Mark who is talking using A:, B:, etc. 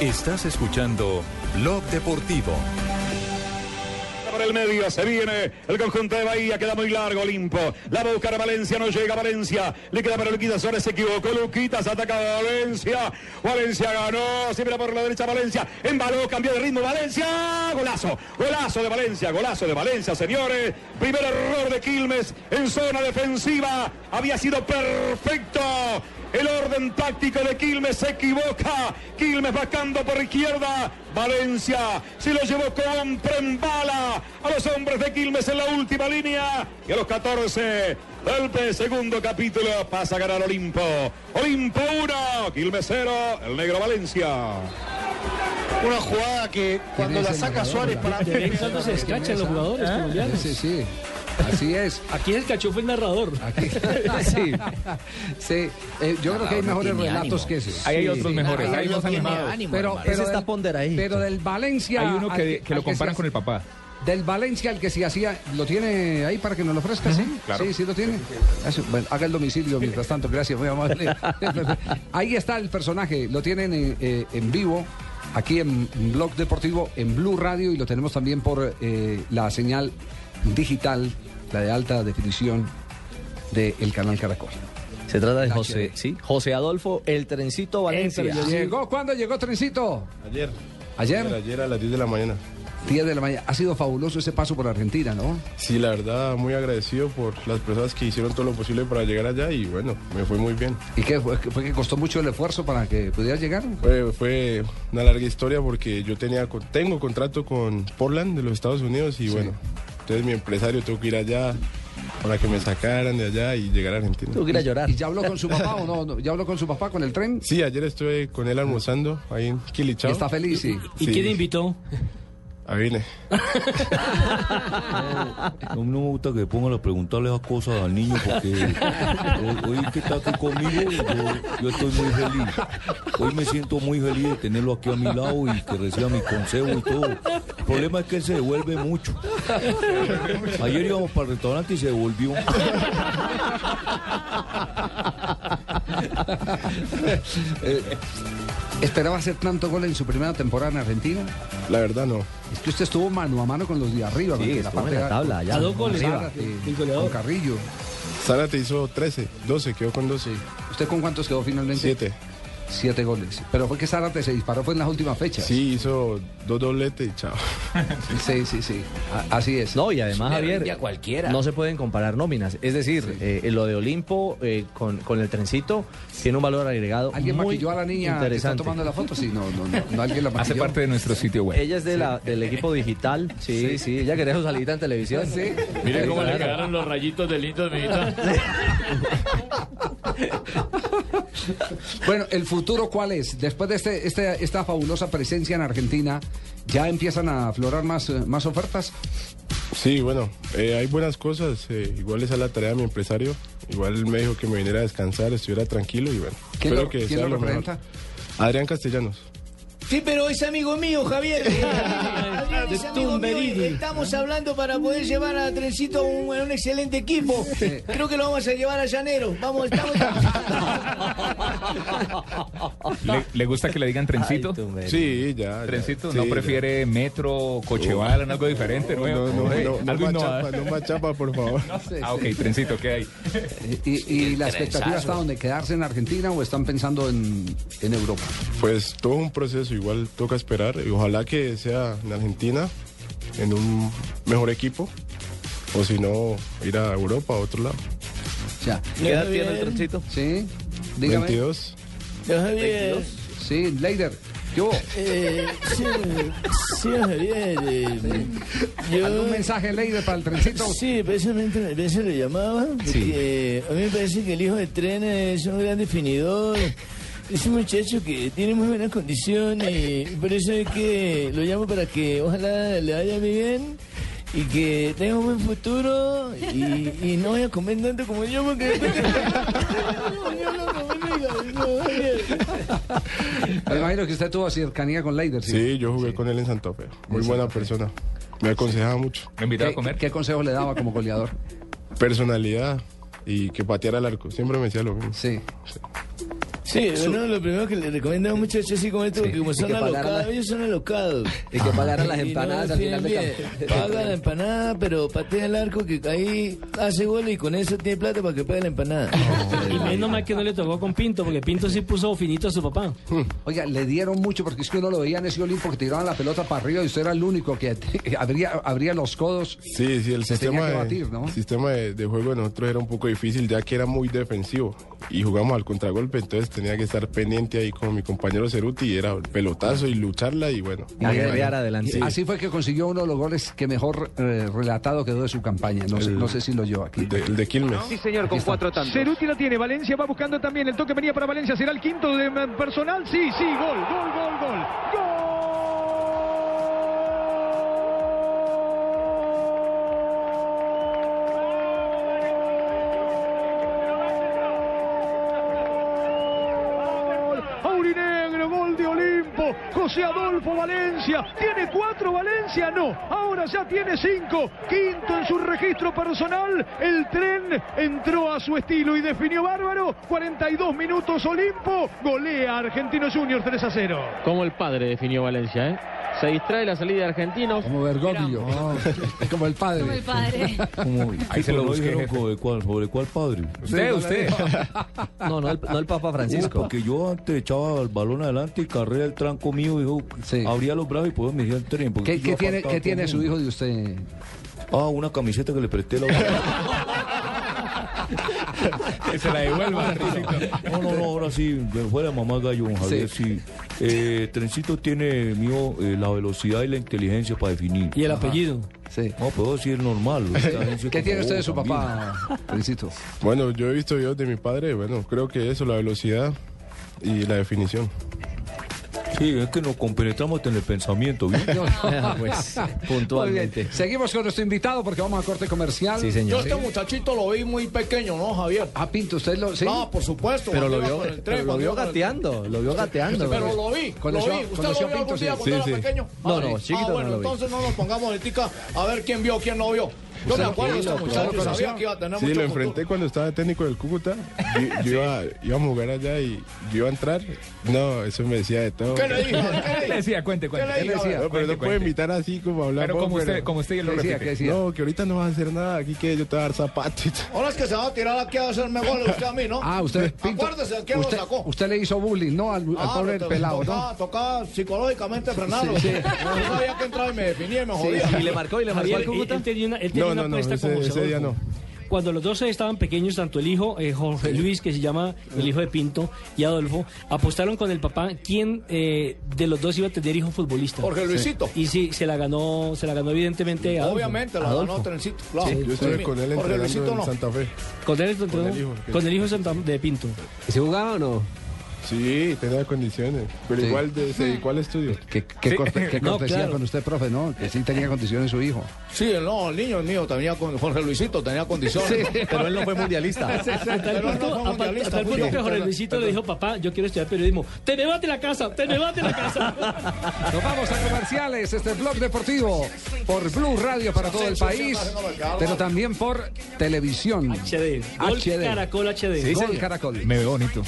A: Estás escuchando Blog Deportivo.
B: Por el medio se viene el conjunto de Bahía, queda muy largo Olimpo. La va a buscar Valencia, no llega Valencia. Le queda para Luquitas, ahora se equivocó. Luquitas ataca a Valencia. Valencia ganó, se mira por la derecha Valencia. Embaló, cambió de ritmo Valencia. Golazo, golazo de Valencia, golazo de Valencia, señores. Primer error de Quilmes en zona defensiva. Había sido perfecto. El orden táctico de Quilmes se equivoca. Quilmes vacando por izquierda. Valencia se lo llevó con en bala a los hombres de Quilmes en la última línea. Y a los 14 del segundo capítulo pasa a ganar Olimpo. Olimpo 1, Quilmes 0, el negro Valencia.
C: Una jugada que cuando la saca Suárez para...
D: Pensando Pues se escrachan los jugadores colombianos.
E: Ah, Sí, sí. Así es.
D: Aquí el cachó fue el narrador.
F: Ah,
E: Aquí- sí. Sí. Eh, yo creo que hay mejores relatos que ese.
G: Ahí hay otros mejores,
E: Ah,
G: hay
E: no
G: unos
E: tiene
G: animados.
E: ánimo, Pero,
G: hermano.
E: pero
G: Ese está
E: del-
G: ponderadito.
E: Pero del Valencia.
G: Hay uno
E: al
G: que, que lo
E: al se
G: comparan con el
E: hace-
G: papá.
E: Del Valencia al que se hacía, ¿lo tiene ahí para que nos lo ofrezca? ¿sí?
G: claro.
E: sí, sí lo tiene. Eso, bueno, haga el domicilio mientras tanto, gracias, muy amable. ahí está el personaje, lo tienen eh, eh, en vivo, aquí en, en Blog Deportivo, en Blue Radio y lo tenemos también por eh, la señal digital, la de alta definición del canal Caracol.
F: Se trata de
E: La
F: José,
E: quiere.
F: sí, José Adolfo, el trencito Valencia.
E: ¿Llegó cuándo llegó Trencito?
C: Ayer.
E: Ayer.
C: Ayer a las 10 de la mañana.
E: 10 de la mañana. Ha sido fabuloso ese paso por Argentina, ¿no?
C: Sí, la verdad, muy agradecido por las personas que hicieron todo lo posible para llegar allá y bueno, me fue muy bien.
E: ¿Y qué fue? ¿Fue que costó mucho el esfuerzo para que pudiera llegar?
C: Fue, fue una larga historia porque yo tenía, con- tengo contrato con Portland de los Estados Unidos y bueno, entonces mi empresario tuvo que ir allá para que me sacaran de allá y llegar a Argentina.
F: Tengo que ir a llorar.
E: ¿Y ya habló con su papá o no? no? ¿Ya habló con su papá con el tren?
C: Sí, ayer estuve con él almorzando ahí en
E: Y
C: Quilichao.
E: está feliz, sí.
D: ¿Y
C: Sí.
D: quién invitó?
C: Ahí vine.
H: No me gusta que pongan a preguntarle esas cosas al niño porque eh, hoy, hoy que está aquí conmigo yo, yo estoy muy feliz. Hoy me siento muy feliz de tenerlo aquí a mi lado y que reciba mis consejos y todo. El problema es que él se devuelve mucho. Ayer íbamos para el restaurante y se devolvió.
E: Eh, ¿Esperaba hacer tanto gol en su primera temporada en Argentina?
C: La verdad no.
E: Es que usted estuvo mano a mano con los de arriba, con el
F: Sí,
E: de la
F: estuvo
E: parte
F: en la
E: de-
F: tabla
E: con
F: allá.
D: A dos goles. ah,
E: Zárate,
D: El
E: con
D: goleador.
E: Carrillo.
C: Sara te hizo 13, 12, quedó con 12.
E: ¿Usted con cuántos quedó finalmente?
C: 7.
E: Siete goles. Pero fue que Zárate se disparó, fue en las últimas fechas.
C: Sí, hizo dos dobletes y chao.
E: sí, sí. sí. A- así es.
F: No, y además,
G: Le
F: Javier,
G: rinde a cualquiera.
F: no se pueden comparar nóminas. Es decir, eh, lo de Olimpo eh, con, con el trencito tiene un valor agregado
E: ¿Alguien
F: muy
E: maquilló a la niña que está
F: interesante.
E: tomando la foto? Sí, no, no, no, no, alguien la maquilló.
G: Hace parte de nuestro sitio web.
F: Ella es de la, del equipo digital. Sí, sí, ella quería su salida en televisión.
E: Sí.
I: Mire cómo le
F: Claro.
I: quedaron los rayitos de lindo de
E: Bueno, ¿el futuro cuál es? Después de este, este- esta fabulosa presencia en Argentina, ¿ya empiezan a aflorar más, eh, más ofertas?
C: Sí, bueno, eh, hay buenas cosas. eh, igual esa es la tarea de mi empresario. Igual él me dijo que me viniera a descansar, estuviera tranquilo y bueno.
E: ¿Quién
C: espero
E: lo,
C: que
E: quién
C: sea
E: lo
C: mejor.
E: representa?
C: Adrián Castellanos.
J: Sí, pero es amigo mío, Javier. Adrián es amigo mío y Estamos hablando para poder llevar a Trencito a un, a un excelente equipo. Creo que lo vamos a llevar a Llanero. Vamos, estamos.
G: ¿Le, le gusta que le digan trencito?
C: Sí, ya. ya,
G: ¿Trencito?
C: sí,
G: ¿No
C: ya.
G: prefiere metro, cocheval, algo diferente,
C: No,
G: nuevo?
C: no, no,
G: Eh,
C: no, no
G: algo
C: machapa,
G: innovador.
C: no machapa, por favor.
G: Ah, ok, trencito, ¿qué hay?
E: Eh, ¿Y, y- y la expectativa está donde quedarse en Argentina o están pensando en, en Europa?
C: Pues todo es un proceso, igual toca esperar. Y ojalá que sea en Argentina, en un mejor equipo. O si no, ir a Europa, a otro lado.
E: Ya.
F: ¿Qué edad tiene el trencito?
E: ¿Sí? Dígame.
C: 22.
J: Javier.
E: Sí, Leider. Yo,
J: Eh, sí, sí, Javier. eh,
E: ¿algún mensaje, Leider, para el trencito?
J: Sí, precisamente a veces lo llamaba, porque a mí me parece que el hijo de tren es un gran definidor, es un muchacho que tiene muy buenas condiciones, y por eso es que lo llamo para que ojalá le vaya muy bien y que tenga un buen futuro y, y no vaya a comer tanto como yo, porque después que- Yo no comí, no, Javier.
E: Me imagino que usted tuvo cercanía con Leider.
C: Sí, yo jugué con él en Santa Fe. Muy buena persona. Me aconsejaba mucho.
G: ¿Me invitaba
E: ¿Qué,
G: a comer?
E: ¿Qué consejo le daba como goleador?
C: Personalidad y que pateara el arco. Siempre me decía lo mismo.
E: Sí.
J: Sí, bueno, Eh, lo primero que le recomiendo a un muchacho así como esto, porque como
I: y
J: son
I: que pagara
J: alocados,
I: la-
J: ellos son alocados.
I: Y que pagaran las
J: Y no
I: empanadas al final del
J: defienden
I: campo.
J: bien. Paga la empanada, pero patea el arco que ahí hace gol y con eso tiene plata para que pague la empanada.
D: Y menos mal que no le tocó con Pinto, porque Pinto sí puso finito a su papá.
E: Oiga, le dieron mucho porque es que uno lo veía en ese Olimpo que tiraban la pelota para arriba y usted era el único que que abría, abría los codos.
C: Sí, sí, el
E: Se tenía
C: sistema,
E: que
C: de,
E: batir, ¿no?
C: sistema de, de juego de nosotros era un poco difícil, ya que era muy defensivo y jugamos al contragolpe, entonces tenía que estar pendiente ahí con mi compañero Ceruti y era pelotazo y lucharla y bueno.
F: Y agregar adelante.
E: Así fue que consiguió uno de los goles que mejor eh, relatado quedó de su campaña. No, sé, no sé si lo llevo aquí.
C: El de, el de Quilmes.
E: señor, con cuatro tantos.
K: Ceruti la tiene, Valencia va buscando también, el toque venía para Valencia, será el quinto de eh, personal, sí, sí, gol, gol, gol, gol, gol, aurinegro, gol de Olimpo, José Adolfo Valencia, tiene cuatro Valencia, no, ahora ya tiene cinco, quinto en su registro personal, el tren entró a su estilo y definió bárbaro, 42 minutos Olimpo, golea a Argentinos Juniors 3 a 0.
L: Como el padre definió Valencia, ¿eh? Se distrae la salida de Argentinos.
E: Como Bergoglio. Como el padre.
M: Como el padre.
H: Ahí
L: se lo busqué,
H: ¿Sobre cuál, sobre cuál padre?
F: Usted, usted.
H: No, no el, Papa
F: Francisco.
H: porque yo antes echaba el balón adelante y carrera el tranco mío y yo abría los brazos y pues me decía el tren. porque
E: ¿Qué,
H: yo
E: qué tiene,
H: apartaba
E: qué tiene
H: todo
E: su
H: el
E: hijo
H: mundo.
E: de usted?
H: Ah, una camiseta que le presté la otra.
G: Que se la devuelva.
H: No, no, no, ahora sí, de fuera de mamá gallo, don Javier, sí. Eh, Trencito tiene, mío, eh, la velocidad y la inteligencia para definir.
D: Y el apellido.
E: Sí.
H: No, puedo decir normal.
E: ¿Qué tiene usted de su papá?
C: Bueno, yo he visto videos de mi padre, bueno, creo que eso, la velocidad y la definición.
H: Sí, es que nos compenetramos en el pensamiento, ¿bien?
E: Muy bien. Seguimos con nuestro invitado porque vamos a corte comercial.
F: Sí, señor. Yo este
E: muchachito lo vi muy pequeño, ¿no, Javier? Ah, Pinto, usted lo. ¿sí?
I: No, por supuesto.
F: Pero lo vio,
I: cuando iba con el tren,
F: pero lo
I: cuando
F: vio
I: iba con el-
F: gateando, lo vio gateando.
I: Pero lo vi,
F: Conoció-
I: lo vi. ¿Usted lo
F: conoció
I: vio
F: a Pinto,
I: algún día
F: sí.
I: cuando era
F: Sí, sí.
I: pequeño?
F: No,
I: Madre.
F: no, chiquito
I: Ah, bueno,
F: no lo vi.
I: entonces no nos pongamos de tica a ver quién vio, quién no vio. Yo me acuerdo de este muchacho,
C: Claro,
I: sabía
C: conoció.
I: que iba a tener
C: Sí,
I: mucho
C: lo
I: futuro.
C: enfrenté cuando estaba técnico del Cúcuta. Yo, yo iba, íbamos a jugar allá y yo iba a entrar. No, eso me decía de todo.
I: ¿Qué le dijo? ¿Qué
G: le decía? Cuente, cuente.
C: ¿Qué le decía? No, pero no puede invitar así como a hablar.
G: Pero
C: vos,
G: como usted- como usted lo
C: ¿Qué decía?
G: repite.
C: ¿Qué decía? No, que ahorita no vas a hacer nada aquí, que yo te voy a dar zapatos.
I: Ahora es que se va a tirar aquí a hacerme goles usted a mí, ¿no? Eh,
E: Ah, usted. Pinto,
I: Acuérdese de quién lo
E: usted,
I: sacó.
E: usted le hizo bullying, ¿no? Al, al
I: Ah,
E: pobre
I: to-
E: pelado, ¿no?
I: tocaba, tocaba psicológicamente frenarlo.
E: Sí, sí.
I: Yo sabía que entraba y me definía y me jodía.
D: Javier, Él, él tenía una, él tenía
I: No,
D: una
I: no, no,
D: apuesta
I: ese-
D: con José
I: ese día
D: Adolfo. Cuando los dos estaban pequeños, tanto el hijo, eh, Jorge Luis, que se llama el hijo de Pinto, y Adolfo, apostaron con el papá quién eh, de los dos iba a tener hijo futbolista.
I: Jorge Luisito.
D: Y sí, se la ganó, se la ganó evidentemente Adolfo.
I: Obviamente, la
D: Adolfo.
I: ganó Trencito. Claro.
D: Sí,
C: Yo estuve
D: sí.
C: con
I: Jorge
C: él entrenando
I: Luisito
C: en
I: no.
C: Santa Fe.
D: Con él entrenó-
C: Con el hijo, que-
D: con el hijo Santa- de Pinto.
C: ¿Se jugaba o no? Sí, tenía condiciones. Pero
E: Sí.
C: igual de, se dedicó al estudio.
E: ¿Qué, qué corte- qué cortesía con usted, profe, ¿no? Que sí tenía condiciones su hijo.
I: Sí, no, el niño mío tenía con Jorge Luisito tenía condiciones.
E: Sí, pero él no fue mundialista.
D: Hasta el
I: Pero él no
D: punto,
I: fue
D: hasta-
I: mundialista.
D: hasta el punto
I: Julio.
D: que Jorge
I: Perdón,
D: Luisito le
I: perdón.
D: dijo, papá, yo quiero estudiar periodismo. ¡Te me vas de la casa! ¡Te me vas de la casa!
E: Nos vamos a comerciales, este blog deportivo por Blue Radio para todo el país, pero también por televisión. HD.
D: Gol Caracol HD.
E: Gol Caracol.
G: Me veo bonito.